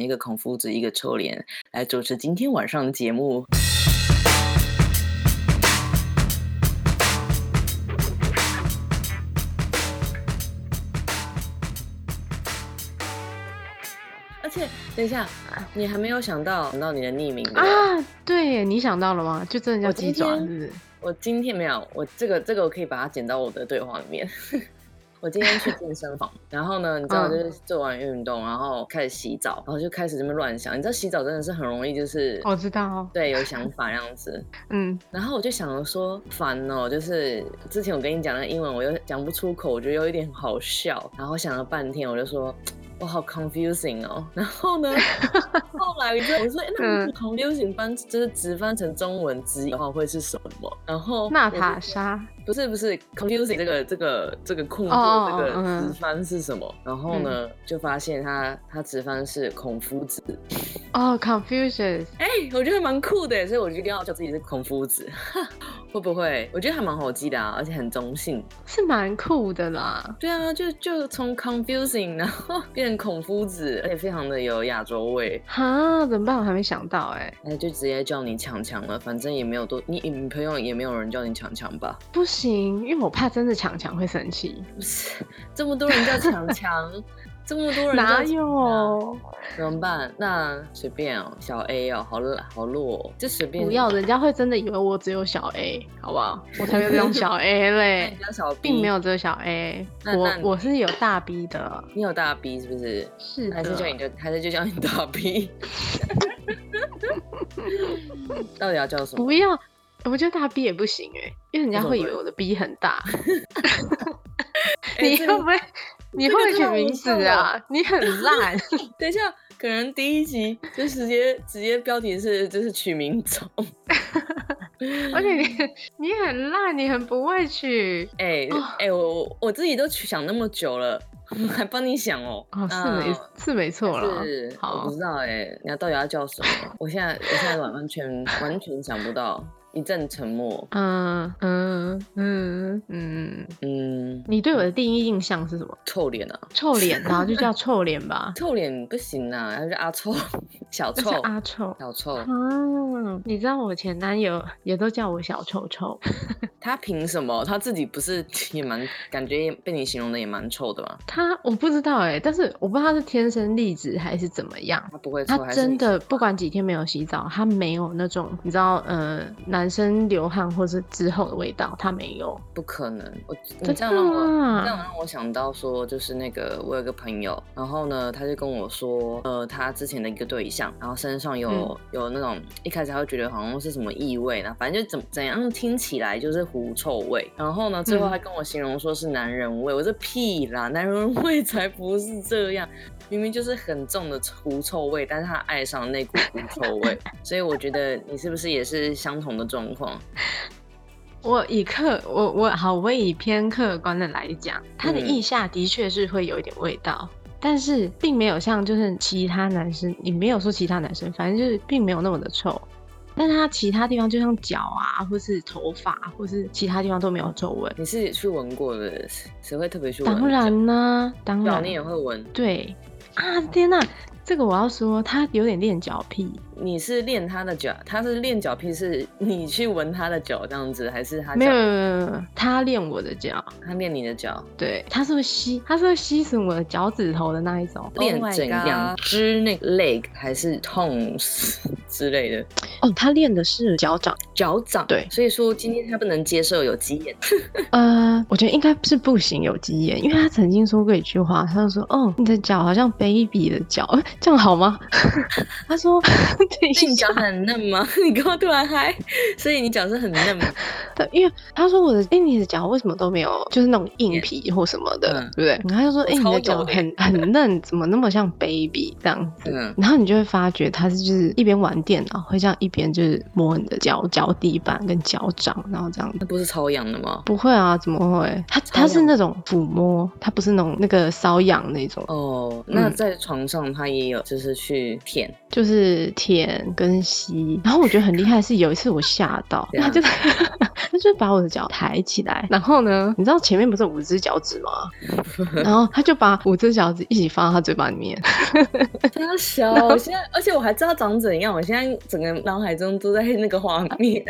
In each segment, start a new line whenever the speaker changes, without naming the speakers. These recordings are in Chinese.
一个孔夫子，一个臭脸来主持今天晚上的节目。而且，等一下，你还没有想到想到你的匿名的。
啊，对耶，你想到了吗？就真的
我
叫
今
鸡爪，是
天
不是？
我今天没有，我这个这个我可以把它剪到我的对话里面。 我今天去健身房，然后呢，你知道，
嗯
就是做完运动，然后开始洗澡，然后就开始这么乱想。你知道洗澡真的是很容易，就是、
我哦知道，
对有想法这样子。
嗯，
然后我就想了说，烦哦，就是之前我跟你讲的英文，我又讲不出口，我觉得有一点好笑。然后想了半天，我就说。我好 confusing 哦，然后呢，后来我就我说，诶那
嗯
confusing 翻就是直翻成中文直译的话会是什么？然后
娜
我就
塔莎，
不是不是，confusing 这个这个这个困
哦
惑
哦
这
哦
个
嗯
直翻是什么？然后呢，就发现他他直翻是孔夫子，
哦，Confucius，
哎、我觉得蛮酷的耶，欸所以我就一定要叫自己是孔夫子， 会不会？我觉得还蛮好记的啊，而且很中性。
是蛮酷的啦。
对啊，就就从 confusing 然后变成孔夫子，而且非常的有亚洲味，
哈，怎么办？我还没想到哎、
哎，就直接叫你强强了，反正也没有多，你你朋友也没有人叫你强强吧？
不行，因为我怕真的强强会生气。
不是，这么多人叫强强，这么多人叫啊
哪
强强
有？
怎么办？那随便哦，小 A 哦，好了好弱、哦，就随便
不要，人家会真的以为我只有小 A，好不好？我才没有这种小 A
那
嘞
你，叫小 B，
并没，有只有小 A，
那那
我
你
我是有大 B 的，
你有大 B 是不是？
是
还是叫你
的。
就还是就叫你大 B？到底要叫什么
不？要，我觉得大 B 也不行哎、因为人家会以为我的 B 很大。
哎
你
这
会
个
不会？你
这
会
个
不会
太
取
无
名
效
字
了
啊？你很烂，
等一下，可能第一集就直接直接标题是就是取名种。
而且你你很烂，你很不会取。
哎哎，我我我自己都去想那么久了，还帮你想哦。
哦，是
那
没、是没错啦。
是，我
好
不知道哎、你要到底要叫什么？我现在我现在完完全完全想不到，一阵沉默。
嗯嗯嗯嗯，
嗯，
你对我的第一印象是什么？
臭脸啊，，
臭脸，然后就叫臭脸吧
臭脸不行啊， 还是阿臭，小
那
臭
是，阿臭。
小臭，
啊，你知道我前男友也都叫我小臭臭，
他凭什么？他自己不是也蛮感觉也被你形容的也蛮臭的吗？
他我不知道哎、但是我不知道他是天生丽质还是怎么样，
他不会臭
他
还是
真
你
的不管几天没有洗澡，他没有那种你知道，呃，男生流汗或是之后的味道，他没有。
不可能，我你
真
这样让我，
的啊
你这样让我想到说，就是那个我有个朋友，然后呢，他就跟我说，呃，他之前的一个对象，然后身上有、
嗯
有那种一开始他会觉得好像是什么异味呢，反正就怎么怎样听起来就是狐臭味，然后呢，最后
嗯
还跟我形容说是男人味，我说屁啦，男人味才不是这样。明明就是很重的狐臭味，但是他爱上那股狐臭 味，所以我觉得你是不是也是相同的状况？
我以客，我我好，我以偏客观的来讲，他的
嗯
腋下的确是会有一点味道。但是并没有像就是其他男生，你没有说其他男生，反正就是并没有那么的臭。但是他其他地方，就像脚啊，或是头发，或是其他地方都没有皱纹。
你是去闻过的，谁谁会特别去闻？
当然啦、当
脚
然
你也会闻。
对啊，天呐，这个我要说，他有点练脚癖，
你是练他的脚，他是练脚癖，是你去闻他的脚这样子，还是他
没
脚
有没有没有没有，他练我的脚，
他练你的脚，
对，他是会吸，他是会吸吮我的脚趾头的那一种。
练
my
整
god
两只那个 leg 还是 toes 之类的
哦，他练的是脚掌，
脚掌？
对
所以说今天他不能接受有鸡眼，
呃，我觉得应该是不行有经验，因为他曾经说过一句话，他就说，哦，你的脚好像 baby 的脚，呃这样好吗？ 他说， 等一
所以 你
下
脚很嫩吗？ 你刚刚突然嗨，所以你脚是很嫩吗？
对，因为他说我的，哎、你的脚为什么都没有，就是那种硬皮或什么的，
嗯
对不对？然后他就说，哎、你
超
的
有
脚
的
很很嫩，怎么那么像 baby 这样子？
嗯，
然后你就会发觉他是就是一边玩电脑，会这样一边就是摸你的脚脚底板跟脚掌，然后这样
那不是超痒的吗？
不会啊，怎么会？他他
超
是
痒
那种抚摸，他不是那种那个瘙痒那种，
哦，那
嗯
在床上他也有，就是去舔，
就是舔跟吸。然后我觉得很厉害，是有一次我吓到，
对啊
他就在他就把我的脚抬起来，然后呢，你知道前面不是有五只脚趾吗？然后他就把五只脚趾一起放到他嘴巴里面。
他小，我现在，而且我还知道长怎样，我现在整个脑海中都在那个画面。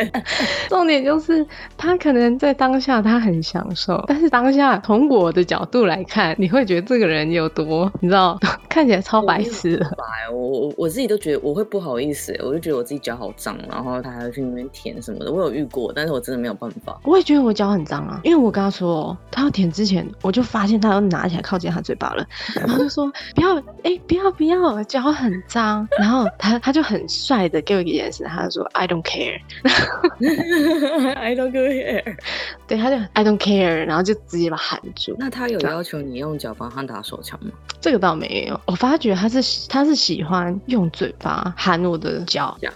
重点就是他可能在当下他很享受，但是当下从我的角度来看，你会觉得这个人有多，你知道， 看起来超白痴的。
哎，我我我自己都觉得我会不好意思，我就觉得我自己脚好脏，然后他还要去那边舔什么的，我有遇过，但是我真的没有办法。
我也觉得我脚很脏啊，因为我跟他说哦他要舔之前，我就发现他要拿起来靠近他嘴巴了，然后就说不要，哎、不要不要，脚很脏。然后他他就很帅的给我一个眼神，他就说 I don't care，
I don't care。
对，他就 I don't care，然后就直接把他含住。
那他有要求你用脚帮他打手枪吗？
这个倒没有，我发觉他是喜他是喜欢用嘴巴含我的脚
脚，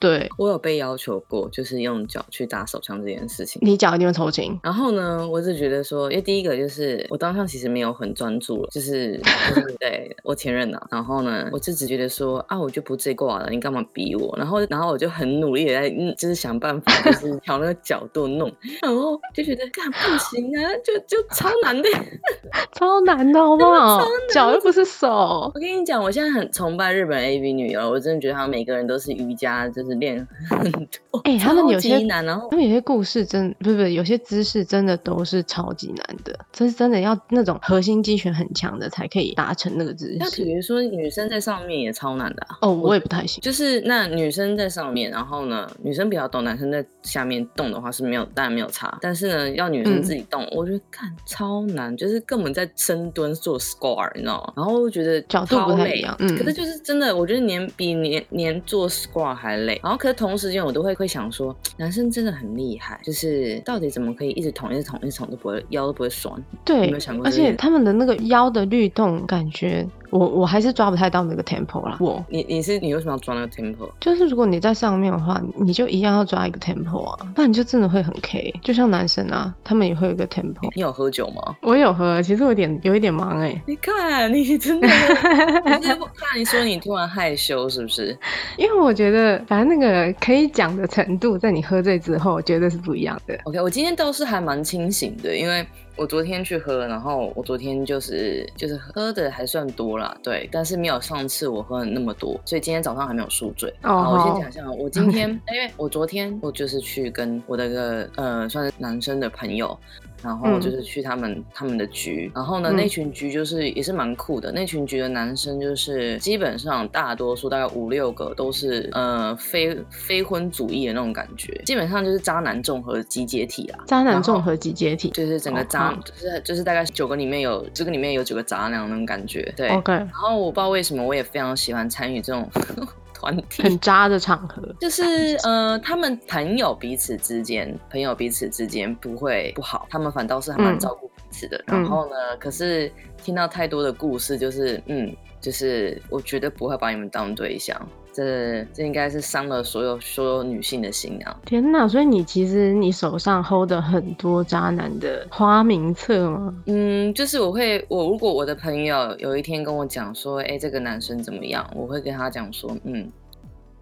对
我有被要求过，就是用脚去打手枪这件事情。
你脚一定会抽筋。
然后呢，我只觉得说，因为第一个就是我当上其实没有很专注了，就是就是对我前任啊。然后呢，我就只觉得说啊，我就不这挂了，你干嘛逼我？然后然后我就很努力的在嗯就是想办法，就是调那个角度弄，然后就觉得干不行啊，就就超难的。
超难的好不好
超？
脚又不是手，
我跟你讲，我现在很崇拜日本 AV 女优，我真的觉得她们每个人都是瑜伽，就是练很多，
哎她们有些
超级难，然后
他们有些故事真不是不是，有些姿势真的都是超级难的，这是真的要那种核心肌群很强的才可以达成那个姿
那比
势。
如说女生在上面也超难的、啊，
哦，我也不太行，
就是那女生在上面，然后呢，女生比较动，男生在下面动的话是没有，当然没有差。但是呢，要女生
嗯
自己动，我觉得看超难，就是根本在深蹲做 squat，你知道吗？然后我觉得
角度不
超
太
累
一样嗯
可是就是真的，我觉得年比年年做 squat 还累。然后可是同时间我都会会想说，男生真的很厉害，就是到底怎么可以一直捅一直捅一直捅都不会腰都不会酸？有没
对
有想，过
而
这个
且他们的那个腰的律动，感觉我我还是抓不太到那个 tempo 啦。我
你你是你为什么要装那个 tempo？
就是如果你在上面的话，你就一样要抓一个 tempo 啊，不然你就真的会很 K。就像男生啊，他们也会有一个 tempo。
你有喝酒吗？
我有喝，其实我有点有一点忙哎、
你看，你真的有可是我怕你说你突然害羞是不是？
因为我觉得，反正那个可以讲的程度，在你喝醉之后，绝对是不一样的。
OK，我今天倒是还蛮清醒的，因为我昨天去喝，然后我昨天就是就是喝的还算多啦，对，但是没有上次我喝的那么多，所以今天早上还没有宿醉。
哦
好，我
好
先讲一下，啊我今天 哎因为我昨天我就是去跟我的一个呃算是男生的朋友。然后
嗯
就是去他们、他们的局，然后呢，
嗯
那群局就是也是蛮酷的。那群局的男生就是基本上大多数大概五六个都是呃非非婚主义的那种感觉，基本上就是渣男综合集结体啦。
渣
然
男
后
综合集结体，
就是整个
哦
渣
好，
就是就是大概九个里面有这个里面有九个渣男那种感觉。对，然
OK，
后我不知道为什么我也非常喜欢参与这种 团体
很。渣的场合。
就是呃，他们朋友彼此之间，朋友彼此之间不会不好，他们反倒是还蛮
嗯
照顾彼此的。
嗯
然后呢，可是听到太多的故事，就是嗯，就是我绝对不会把你们当对象，这这应该是伤了所有所有女性的心啊。
天哪！所以你其实你手上 hold 的很多渣男的花名册吗？
嗯，就是我会，我如果我的朋友有一天跟我讲说，哎、这个男生怎么样，我会跟他讲说，嗯，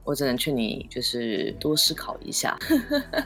我只能劝你就是多思考一下。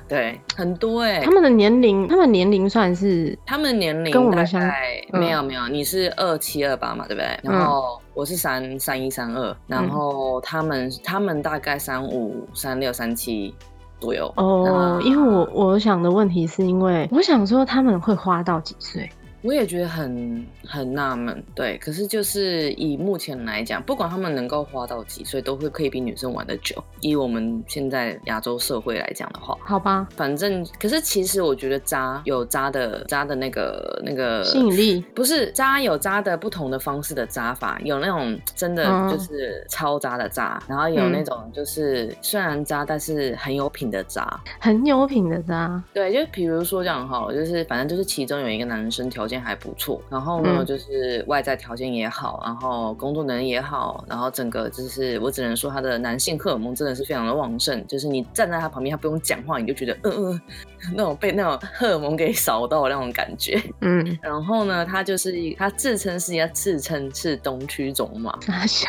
对，很多哎、
他们的年龄，他们年龄算是
他们年龄
跟我
大
们相
概
嗯
没有没有，你是二七二八嘛，对不对？然
嗯
后我是三三一三二，然
嗯
后他们他们大概三五三六三七左右。
哦，因为我我想的问题是因为我想说他们会花到几岁？
我也觉得很很纳闷，对。可是就是以目前来讲，不管他们能够花到几岁，都会可以比女生玩的久。以我们现在亚洲社会来讲的话，
好吧，
反正可是其实我觉得渣有渣的渣的那个那个
吸引力
不是渣有渣的不同的方式的渣法，有那种真的
嗯
就是超渣的渣，然后有那
嗯
种就是虽然渣但是很有品的渣，
很有品的啊渣，
对，就比如说这样好了，就是反正就是其中有一个男生条件还不错，然后呢、
嗯
就是外在条件也好，然后工作能力也好，然后整个就是我只能说他的男性荷尔蒙真的是非常的旺盛，就是你站在他旁边，他不用讲话，你就觉得嗯嗯， 那种被那种荷尔蒙给扫到的那种感觉。
嗯，
然后呢，他就是一他自称是他自称是东区种马，
傻啊笑，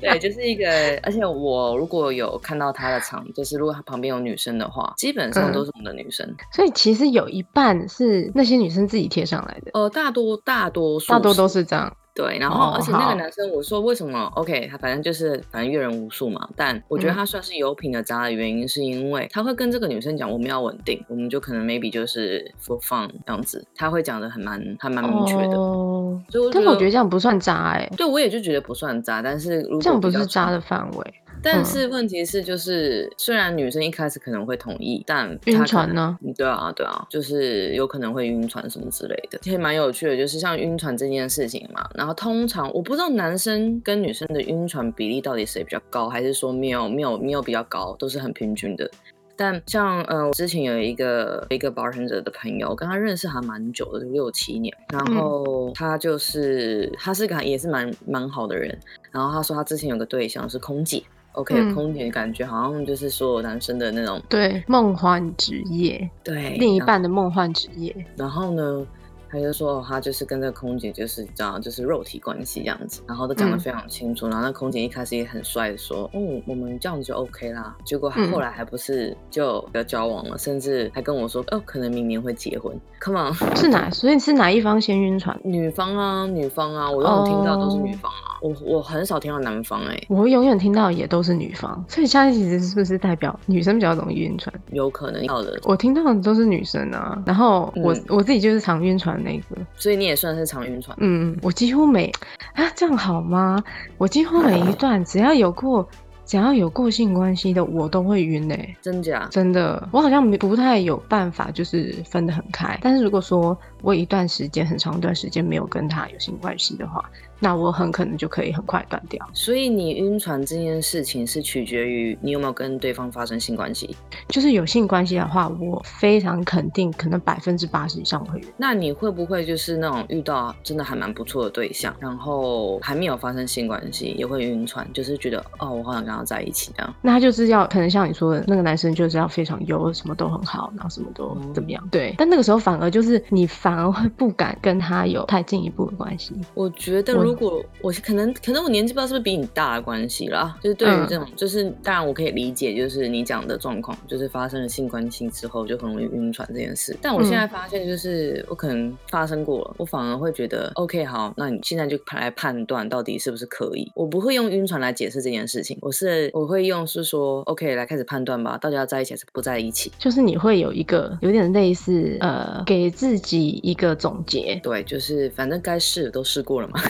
对，就是一个，而且我如果有看到他的场，就是如果他旁边有女生的话，基本
嗯
上都是我们的女生，
所以其实有一半是那些女生自己贴上来的，
呃，大多大多数
大多都是这样。
对，然后
哦
而且那
好
个男生，我说为什么？OK，他反正就是反正阅人无数嘛，但我觉得
嗯
他算是有品的渣的原因，是因为他会跟这个女生讲我们要稳定，我们就可能 maybe 就是 for fun 这样子，他会讲的很蛮还蛮明确的，
哦，
所以我
但我觉得
得
这样不算渣哎、
对我也就觉得不算渣，但是如果
这样不
比较
是渣
传
的范围。嗯
但是问题是，就是虽然女生一开始可能会同意，但
晕
她可
船
能？
呢？
嗯对啊，对啊，就是有可能会晕船什么之类的，其实蛮有趣的。就是像晕船这件事情嘛，然后通常我不知道男生跟女生的晕船比例到底谁比较高，还是说没有没有没有比较高，都是很平均的。但像呃，我之前有一个一个 bartender 的朋友，我跟他认识还蛮久的，六七年。然
嗯
后他就是他是个也是蛮蛮好的人。然后他说他之前有个对象是空姐，OK，、
嗯
空姐感觉好像就是所有男生的那种
对，梦幻职业，
对
另一
然
半的梦幻职业。
然后呢，他就说哦他就是跟这个空姐就是这样，就是肉体关系这样子，然后都讲得
嗯
非常清楚。然后那空姐一开始也很帅的说，哦，我们这样就 OK 啦。结果
嗯
后来还不是就要交往了，甚至还跟我说，哦，可能明年会结婚。Come on，
是哪？所以是哪一方先晕船？
女方啊，女方啊，我都能听到都是女
哦
方啊，我我很少听到男方哎、
我永远听到也都是女方，所以现在其实是不是代表女生比较容易晕船？
有可能要的，
我听到的都是女生啊，然后我、
嗯
我自己就是常晕船那个，
所以你也算是常晕船。
嗯，我几乎每啊这样好吗？我几乎每一段只要有过只要有过性关系的，我都会晕诶、
真假？
真的，我好像没不太有办法，就是分得很开。但是如果说我有一段时间很长一段时间没有跟他有性关系的话，那我很可能就可以很快断掉，
所以你晕船这件事情是取决于你有没有跟对方发生性关系。
就是有性关系的话，我非常肯定，可能百分之八十以上我会晕。
那你会不会就是那种遇到真的还蛮不错的对象，然后还没有发生性关系，也会晕船，就是觉得哦，我好想跟他在一起这样。
那他就是要，可能像你说的，那个男生就是要非常优，什么都很好，然后什么都
嗯
怎么样。对，但那个时候反而就是你反而会不敢跟他有太进一步的关系。
我觉得
我
如果我是可能可能我年纪不知道是不是比你大的关系啦，就是对于这种、就是当然我可以理解，就是你讲的状况，就是发生了性关系之后就很容易晕船这件事。但我现在发现就是、我可能发生过了，我反而会觉得 OK 好，那你现在就来判断到底是不是可以。我不会用晕船来解释这件事情，我是我会用是说 OK 来开始判断吧，到底要在一起还是不在一起。
就是你会有一个有点类似呃，给自己一个总结，
对，就是反正该试的都试过了嘛。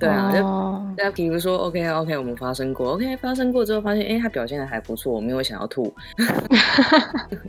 对啊，就
哦
那比如说，OK 啊 OK，我们发生过，OK 发生过之后发现，哎、他表现的还不错，我没有想要 吐，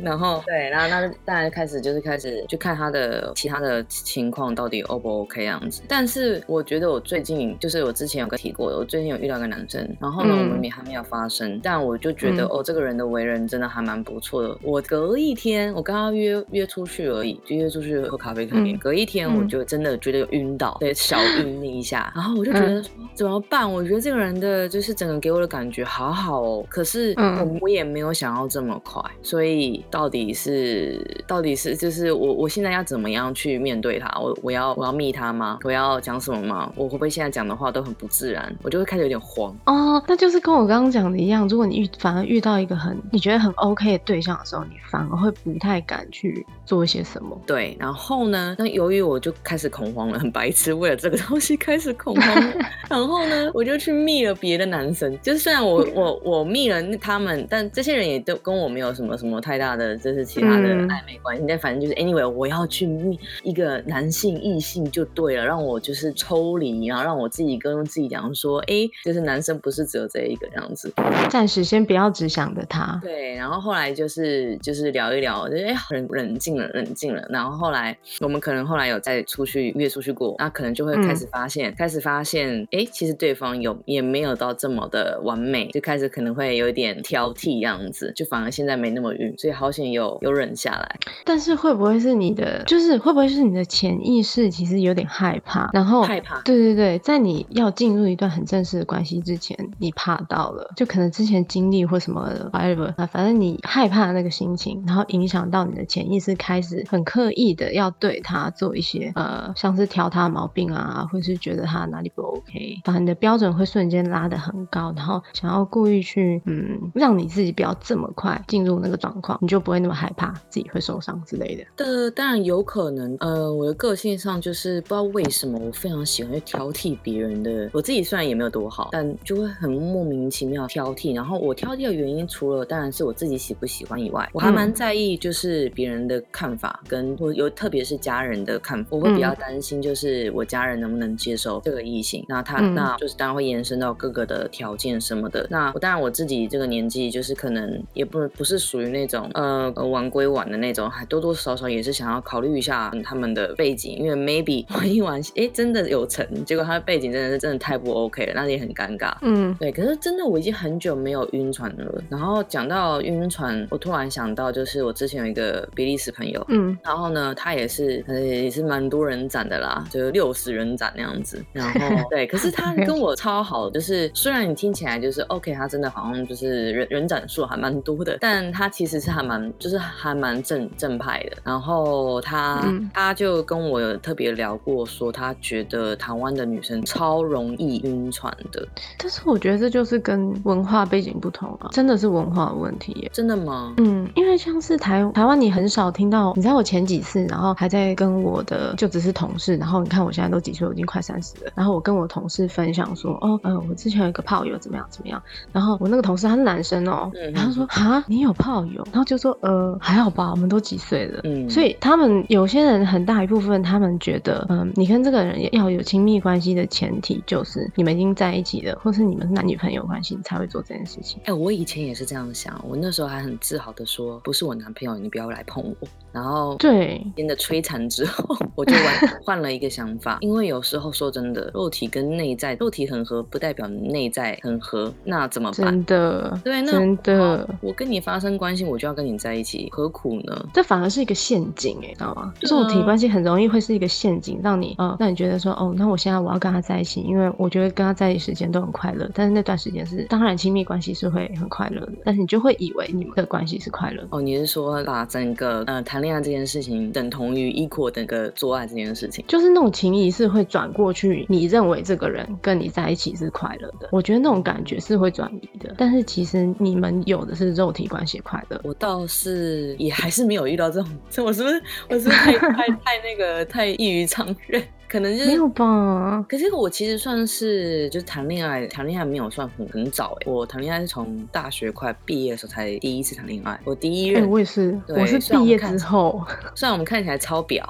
然后对，然后那当然开始就是开始去看他的其他的情况到底 O 不 OK 这样子。但是我觉得我最近就是我之前有跟提过的，我最近有遇到一个男生，然后呢，
嗯
我们也还没有发生，但我就觉得、
嗯
哦，这个人的为人真的还蛮不错的。我隔一天，我跟他约约出去而已，就约出去喝咖啡看电影，
嗯
隔一天我就真的觉得有晕倒，对，小晕了一下，然后我就觉
嗯
得。怎么办？我觉得这个人的就是整个给我的感觉好好哦，可是
嗯
我也没有想要这么快，所以到底是到底是就是我我现在要怎么样去面对他？我我要我要密他吗？我要讲什么吗？我会不会现在讲的话都很不自然？我就会开始有点慌。
哦，那就是跟我刚刚讲的一样，如果你遇反而遇到一个很你觉得很 OK 的对象的时候，你反而会不太敢去做一些什么。
对，然后呢，那由于我就开始恐慌了，很白痴，为了这个东西开始恐慌了然后呢，我就去密了别的男生，就是虽然我我我密了他们，但这些人也都跟我没有什么什么太大的，就是其他的
嗯
暧昧关系。但反正就是 anyway，我要去密一个男性异性就对了，让我就是抽离，然后让我自己跟自己讲说，哎，就是男生不是只有这一个这样子。
暂时先不要只想着他，
对，然后后来就是就是聊一聊，就是哎冷冷静了，冷静了。然后后来我们可能后来有再出去约出去过，那可能就会开
嗯
始发现，开始发发现，哎，其实对方有也没有到这么的完美，就开始可能会有点挑剔样子，就反而现在没那么晕，所以好险有有忍下来。
但是会不会是你的，就是会不会是你的潜意识其实有点害怕，然后
害怕
对对对，在你要进入一段很正式的关系之前，你怕到了，就可能之前经历或什么的 whatever 啊，反正你害怕的那个心情，然后影响到你的潜意识，开始很刻意的要对他做一些呃，像是挑他的毛病啊，或是觉得他哪里不 OK，把你的标准会瞬间拉得很高，然后想要故意去嗯，让你自己不要这么快进入那个状况，你就不会那么害怕自己会受伤之类的。
呃，当然有可能，呃，我的个性上就是不知道为什么我非常喜欢去挑剔别人的。我自己虽然也没有多好，但就会很莫名其妙挑剔。然后我挑剔的原因，除了当然是我自己喜不喜欢以外，我还蛮
嗯
在意就是别人的看法，跟或有特别是家人的看法，我会比较
嗯
担心就是我家人能不能接受这个异性。那他、
嗯
那就是当然会延伸到各个的条件什么的。那我当然我自己这个年纪，就是可能也不不是属于那种呃呃玩归玩的那种，还多多少少也是想要考虑一下嗯他们的背景，因为 maybe 玩一玩，诶，真的有成，结果他的背景真的是真的太不 OK 了，那也很尴尬。
嗯
对，可是真的我已经很久没有晕船了。然后讲到晕船，我突然想到，就是我之前有一个比利时朋友，
嗯，
然后呢，他也是呃也是蛮多人展的啦，就是六十人展那样子。然 后对，可是他跟我超好，就是虽然你听起来就是 OK，他真的好像就是人人展数还蛮多的，但他其实是还蛮就是还蛮正正派的。然后他、
嗯
他就跟我有特别聊过，说他觉得台湾的女生超容易晕船的，
但是我觉得这就是跟文化背景不同啊，真的是文化的问题耶。
真的吗？
嗯，因为像是台台湾，你很少听到。你知道我前几次，然后还在跟我的就只是同事，然后你看我现在都几岁，我已经快三十了。然后我跟我同事分享说，哦，呃，我之前有一个炮友怎么样怎么样。然后我那个同事他是男生哦，
嗯
然后说啊，你有炮友？然后就说呃，还好吧，我们都几岁了。
嗯，
所以他们有些人很大一部分，他们觉得，嗯，你跟这个人要有亲密关系的前提就是你们已经在一起了，或是你们是男女朋友关系，你才会做这件事情。
哎、我以前也是这样想，我那时候还很自豪的说，不是我男朋友，你不要来碰我。然后
对，
天的摧残之后， 我就 完换了一个想法，因为有时候说真的，肉体跟内在，肉体很合，不代表你内在很合，那怎么办？
真的，
对，那
真的
好，我跟你发生关系，我就要跟你在一起，何苦呢？
这反而是一个陷阱、欸，哎，知道吗？
对
这
啊
种体关系很容易会是一个陷阱，让你呃，让你觉得说，哦，那我现在我要跟他在一起，因为我觉得跟他在一起时间都很快乐，但是那段时间是，当然亲密关系是会很快乐的，但是你就会以为你们的关系是快乐的。
哦，你是说把整个呃谈恋爱这件事情等同于 equal 整个做爱这件事情？
就是那种情谊是会转过去，你认为这个人跟你在一起是快乐的，我觉得那种感觉是会转移的。但是其实你们有的是肉体关系的快乐，
我倒是也还是没有遇到这种， 这我是不是我是不是太 太太那个太异于常人？可能就是
没有吧？
可是我其实算是就是谈恋爱，谈恋爱没有算很很早哎、我谈恋爱是从大学快毕业的时候才第一次谈恋爱，我第一
哎、
任，
我也是，
对
我是
虽然
毕
我
业
看
之后，
虽然我们看起来超婊，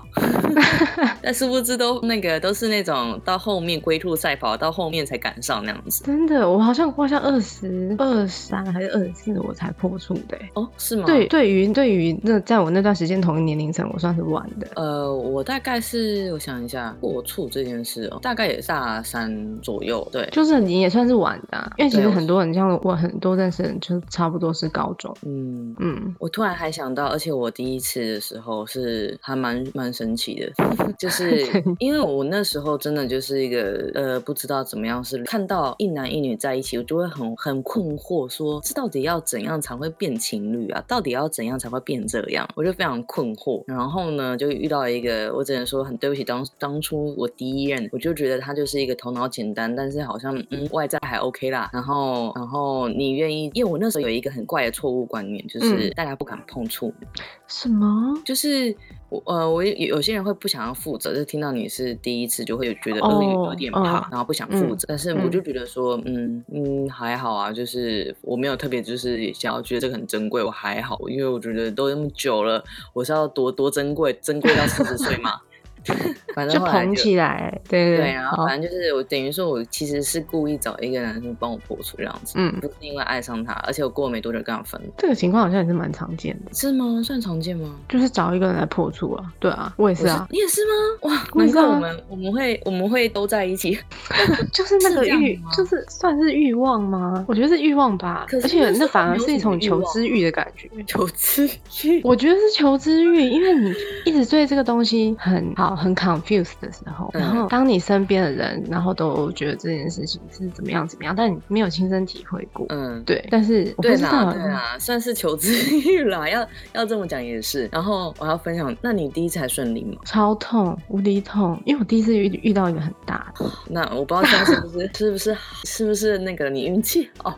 但殊不知都那个都是那种到后面龟兔赛跑，到后面才赶上那样子。
真的，我好像我好像二十二三还是二十四我才破处的、欸。
哦，是吗？
对，，对于对于那在我那段时间同一年龄层，我算是晚的。
呃，我大概是我想一下，过处这件事哦，大概也是大三左右，对。
就是你也算是晚的啊、因为其
对
实
我
很多人，像我很多认识的人，就是差不多是高中。
嗯，
嗯，
我突然还想到，而且我第一次的时候是还蛮蛮神奇的， 就是因为我那时候真的就是一个呃不知道怎么样是看到一男一女在一起，我就会很很困惑说这到底要怎样才会变情侣啊？到底要怎样才会变这样？我就非常困惑。然后呢，就遇到一个，我只能说很对不起当当初我第一任，我就觉得他就是一个头脑简单，但是好像嗯外在还 OK 啦。然后然后你愿意，因为我那时候有一个很怪的错误观念，就是
嗯
大家不敢碰触
什么？
就是我呃，我有有些人会不想要负责，就听到你是第一次，就会觉得呃有有
哦
点
嗯
怕，然后不想负
嗯
责。但是我
嗯
就觉得说，嗯嗯还好啊，就是我没有特别就是想要觉得这个很珍贵，我 还好，因为我觉得都那么久了，我是要多多珍贵，珍贵到四十岁嘛。反
就
正后来
捧起来，对
对，然后
好，
反正就是我等于说，我其实是故意找一个男生帮我破处这样子，
嗯
不，是因为爱上他，而且我过没多久跟他分了，
这个情况好像也是蛮常见的，
是吗？算常见吗？
就是找一个人来破处啊，对啊，我也
我
是啊，
你也是吗？哇，
我也
难
是
怪我
啊
们我们会我们会都在一起。
就是那
是
个
这样
欲
吗，
就是算是欲望吗？我觉得是欲望吧，
可是
而且
那时
那
候
反
没
而
有
是一
什么
种
欲
求
望
知欲的感觉。
求知欲，
我觉得是求知欲，因为你一直对这个东西很好、很 confused 的时候，
嗯
然后当你身边的人，然后都觉得这件事情是怎么样怎么样，但你没有亲身体会过，
嗯，
对，但是我不
对
知道啊嗯
啦，，对啦，算是求知欲啦，要要这么讲也是。然后我要分享，那你第一次还顺利吗？
超痛，无敌痛，因为我第一次遇遇到一个很大 的，
那我不知道这样是不是 是不是是不是那个你运气哦？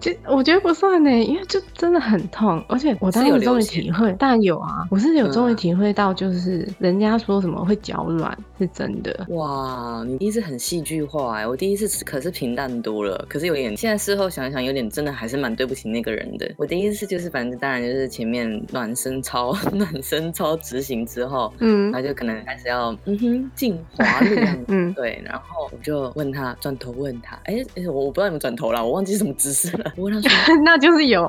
就我觉得不算呢，因为就真的很痛，而且我当
是有
时
流
终于
血
体会，当然有啊，我是有终于
嗯
体会到，就是人家说什么会脚软是真的，
哇，你第一次很戏剧化哎、我第一次可是平淡多了，可是有点现在事后想一想，有点真的还是蛮对不起那个人的。我第一次就是反正当然就是前面暖身操 暖身操执行之后，
嗯
然后就可能开始要嗯哼进滑路这样子
嗯，
对，然后我就问他，转头问他，哎、哎我我不知道你们转头啦，我忘记什么姿势了。我问他说，
那就是有，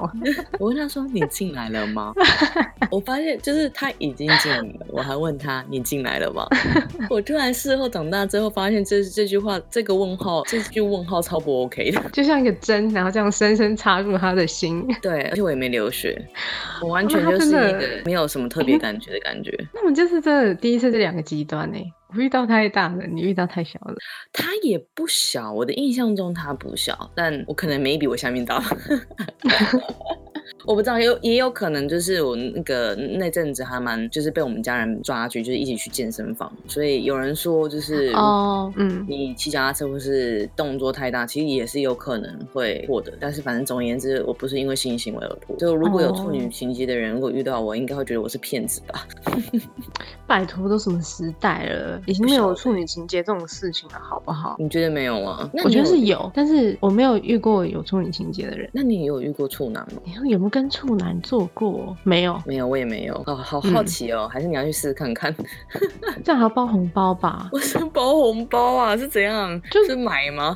我问他说你进来了吗？ 我发现就是他已经进来了，我还问他你进来了吗？ 我突然事后长大之后发现这这句话这个问号这句问号超不 OK 的，
就像一个针，然后这样深深插入他的心。
对，而且我也没流血，我完
哇
全
他
就是
真
一
的
个没有什么特别感觉的感觉。
那我就是真的第一次是两个极端呢、我遇到太大了，你遇到太小了。
他也不小，我的印象中他不小，但我可能没比我下面 大。我不知道，也有也有可能就是我那个那阵子还蛮就是被我们家人抓去，就是一起去健身房，所以有人说就是
哦，嗯，
你骑脚踏车或是动作太大，其实也是有可能会获得。但是反正总而言之，我不是因为性行为而破。就如果有处女
哦
情节的人，如果遇到我，应该会觉得我是骗子吧？
拜托，都什么时代了，已经没有处女情节这种事情了，好不好？
你觉得没有吗？那
我
你
觉得是有，但是我没有遇过有处女情节的人。
那你有遇过处男吗？
你说有没有跟处男做过？没有，
没有，我也没有。哦，好好
嗯
奇哦，还是你要去试试看 看？
这样还要包红包吧？
我是包红包啊，是怎样？
就是
买吗？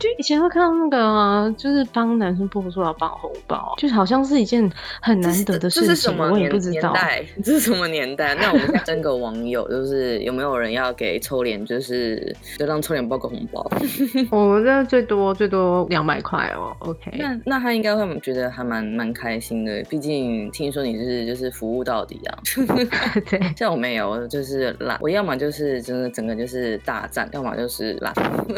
就以前会看到那个啊，就是帮男生破处要包红包，啊就是好像是一件很
这是
难得的
这是
事
什
情，
么
我也
年
不知
年
道。
代？ 这是什么年代？那我们现在征个网友，就是有没有人要给臭脸，就是就让臭脸包个红 包？
我这最多最多两百块哦，OK。
那哎那他应该会觉得还蛮蛮开心的，毕竟听说你是就是服务到底啊。
对，
像我没有，我就是懒，我要么就是真的整个就是大战，要么就是懒。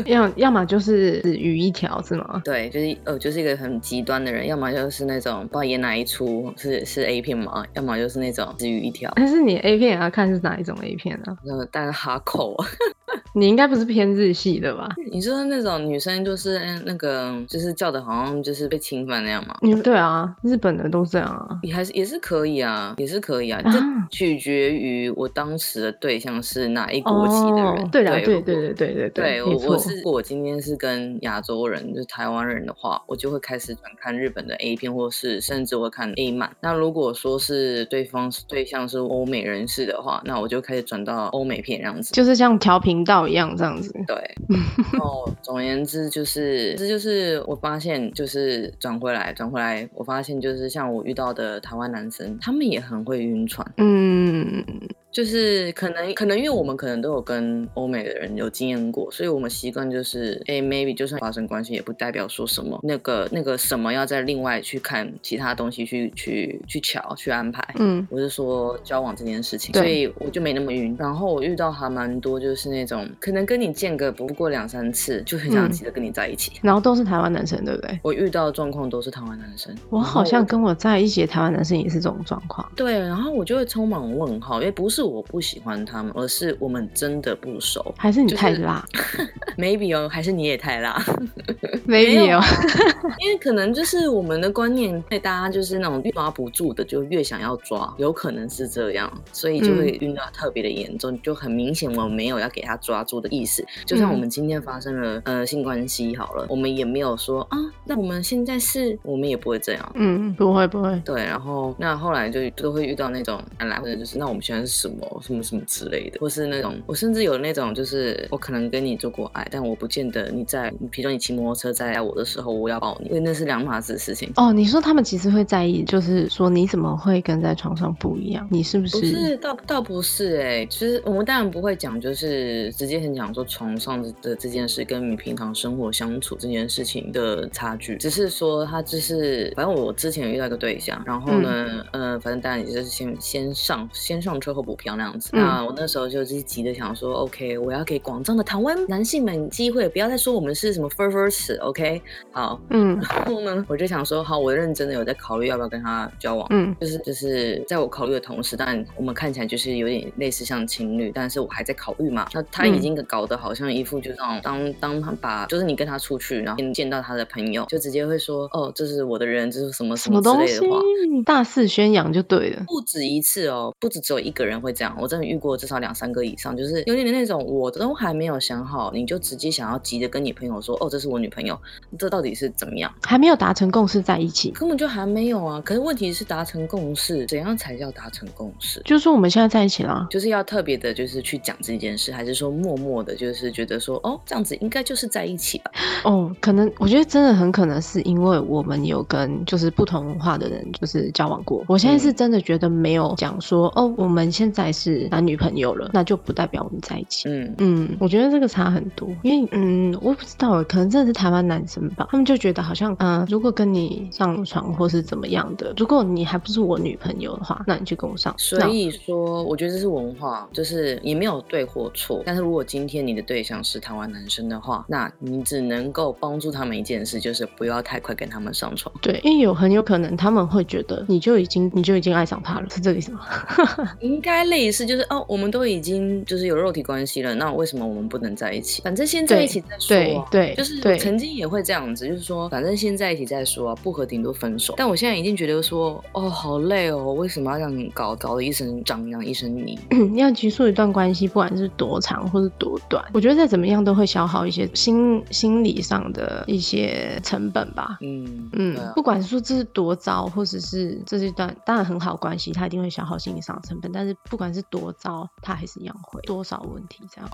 要要么就是死鱼一条是吗？
对，就是呃，就是一个很极端的人，要么就是那种不知道演哪一出是是 A 片嘛，要么就是那种只鱼一条，
但是你 A 片也啊要看是哪一种 A 片啊？
呃，但哈口啊。
你应该不是偏日系的吧？
你说那种女生就是嗯那个就是叫的好像就是被侵犯那样嘛，
你对啊，日本的都这样啊。
也还是也是可以啊，也是可以啊，这
啊
取决于我当时的对象是哪一国籍的人。
哦对啦，对
如
对
果
对对对
对我
没
我
错。
是如果我今天是跟亚洲人，就是台湾人的话，我就会开始转看日本的 A 片，或是甚至我会看 A 漫。那如果说是对方是对象是欧美人士的话，那我就开始转到欧美片这样子。
就是像调频道一样这样子，
对， 然后总而言之就是，这就是我发现，就是转回来转回来，我发现就是像我遇到的台湾男生，他们也很会晕船。
嗯，
就是可能可能因为我们可能都有跟欧美的人有经验过，所以我们习惯就是，哎、m a y b e 就算发生关系，也不代表说什么那个那个什么要再另外去看其他东西去去去瞧去安排。
嗯，
我是说交往这件事情，
对
所以我就没那么晕。然后我遇到还蛮多，就是那种可能跟你见个不过两三次，就很想
嗯
急着跟你在一起。
然后都是台湾男生，对不对？
我遇到的状况都是台湾男生，
我
然后
好像
就
跟我在一起的台湾男生也是这种状况，
对，然后我就会充满问号，因为不是我不喜欢他们，而是我们真的不熟。
还是你
就是
太 辣
maybe 哦，还是你也太辣？
？maybe 哦，
因为可能就是我们的观念被大家就是那种越抓不住的，就越想要抓，有可能是这样，所以就会晕到特别的严重，就很明显我没有要给他抓住的意思。就像我们今天发生了呃性关系好了，我们也没有说啊，那我们现在是，我们也不会这样。
嗯，不会不会，
对，然后那后来就都会遇到那种来来回就是那我们现在是什么什么什么之类的，或是那种我甚至有那种就是我可能跟你做过爱，但我不见得你在，比如说你骑摩托车载我的时候我要抱你，因为那是两码子的事情。
哦，你说他们其实会在意，就是说你怎么会跟在床上不一样？你是不是？
不是，倒倒不是哎、欸，其实我们当然不会讲，就是直接很讲说床上的的这件事跟你平常生活相处这件事情的差距，只是说他就是，反正我之前有遇到一个对象，然后呢，
嗯
呃，反正当然也就是先先上先上车后补票那样子。
嗯
那我那时候就是急着想说，OK，我要给广藏的台湾男性们机会，不要再说我们是什么 f u r f u r 尺，OK，好。
嗯
然后呢，我就想说，好，我认真的有在考虑要不要跟他交往。
嗯
就是就是在我考虑的同时，但我们看起来就是有点类似像情侣，但是我还在考虑嘛。那他已经搞得好像一副就是那种当当他把就是你跟他出去，然后见到他的朋友，就直接会说哦，这是我的人，这是 什么
什
么
么
之
东
类
西
的话。？
你大肆宣扬就对了。
不止一次哦，不止只有一个人会这样，我真的遇过至少两三个以上，就是有点那种我都还没有想好，你就直接想要急着跟你朋友说，哦，这是我女朋友，这到底是怎么样？
还没有达成共识在一起，
根本就还没有啊。可是问题是达成共识，怎样才叫达成共识？
就是说我们现在在一起啦。
就是要特别的，就是去讲这件事，还是说默默的，就是觉得说，哦，这样子应该就是在一起吧？
哦，可能我觉得真的很可能是因为我们有跟就是不同文化的人就是交往过。我现在
嗯
是真的觉得没有讲说、哦，我们现在是男女朋友了，那就不代表我们在一起。
嗯，
嗯，我觉得这个差很多，因为嗯，我不知道，可能真的是台湾男生吧，他们就觉得好像，嗯、如果跟你上床或是怎么样的，如果你还不是我女朋友的话，那你就跟我上。
所以说，我觉得这是文化，就是也没有对或错。但是如果今天你的对象是台湾男生的话，那你只能够帮助他们一件事，就是不要太快跟他们上床。
那对，因为有很有可能他们会觉得你就已经你就已经爱上他了，是这个意思吗？
应该类似，就是哦，我们都已经就是有肉体关系了，那为什么我们不能在一起？反正先在一起再说、
对
啊。
对，
就是我
对
曾经也会这样子，就是说，反正先在一起再说啊，不合顶多分手。但我现在已经觉得说，哦，好累哦，为什么要这样搞，搞得一身张扬，一身泥。
要结束一段关系，不管是多长或是多短，我觉得再怎么样都会消耗一些心心理上的一些成本吧。
嗯
嗯，
对啊
不管说这是多糟，或者是这是一段当然很好的关系，它一定会消耗心理上的成本，但是不管是多糟，它还是一样会多少问题这样。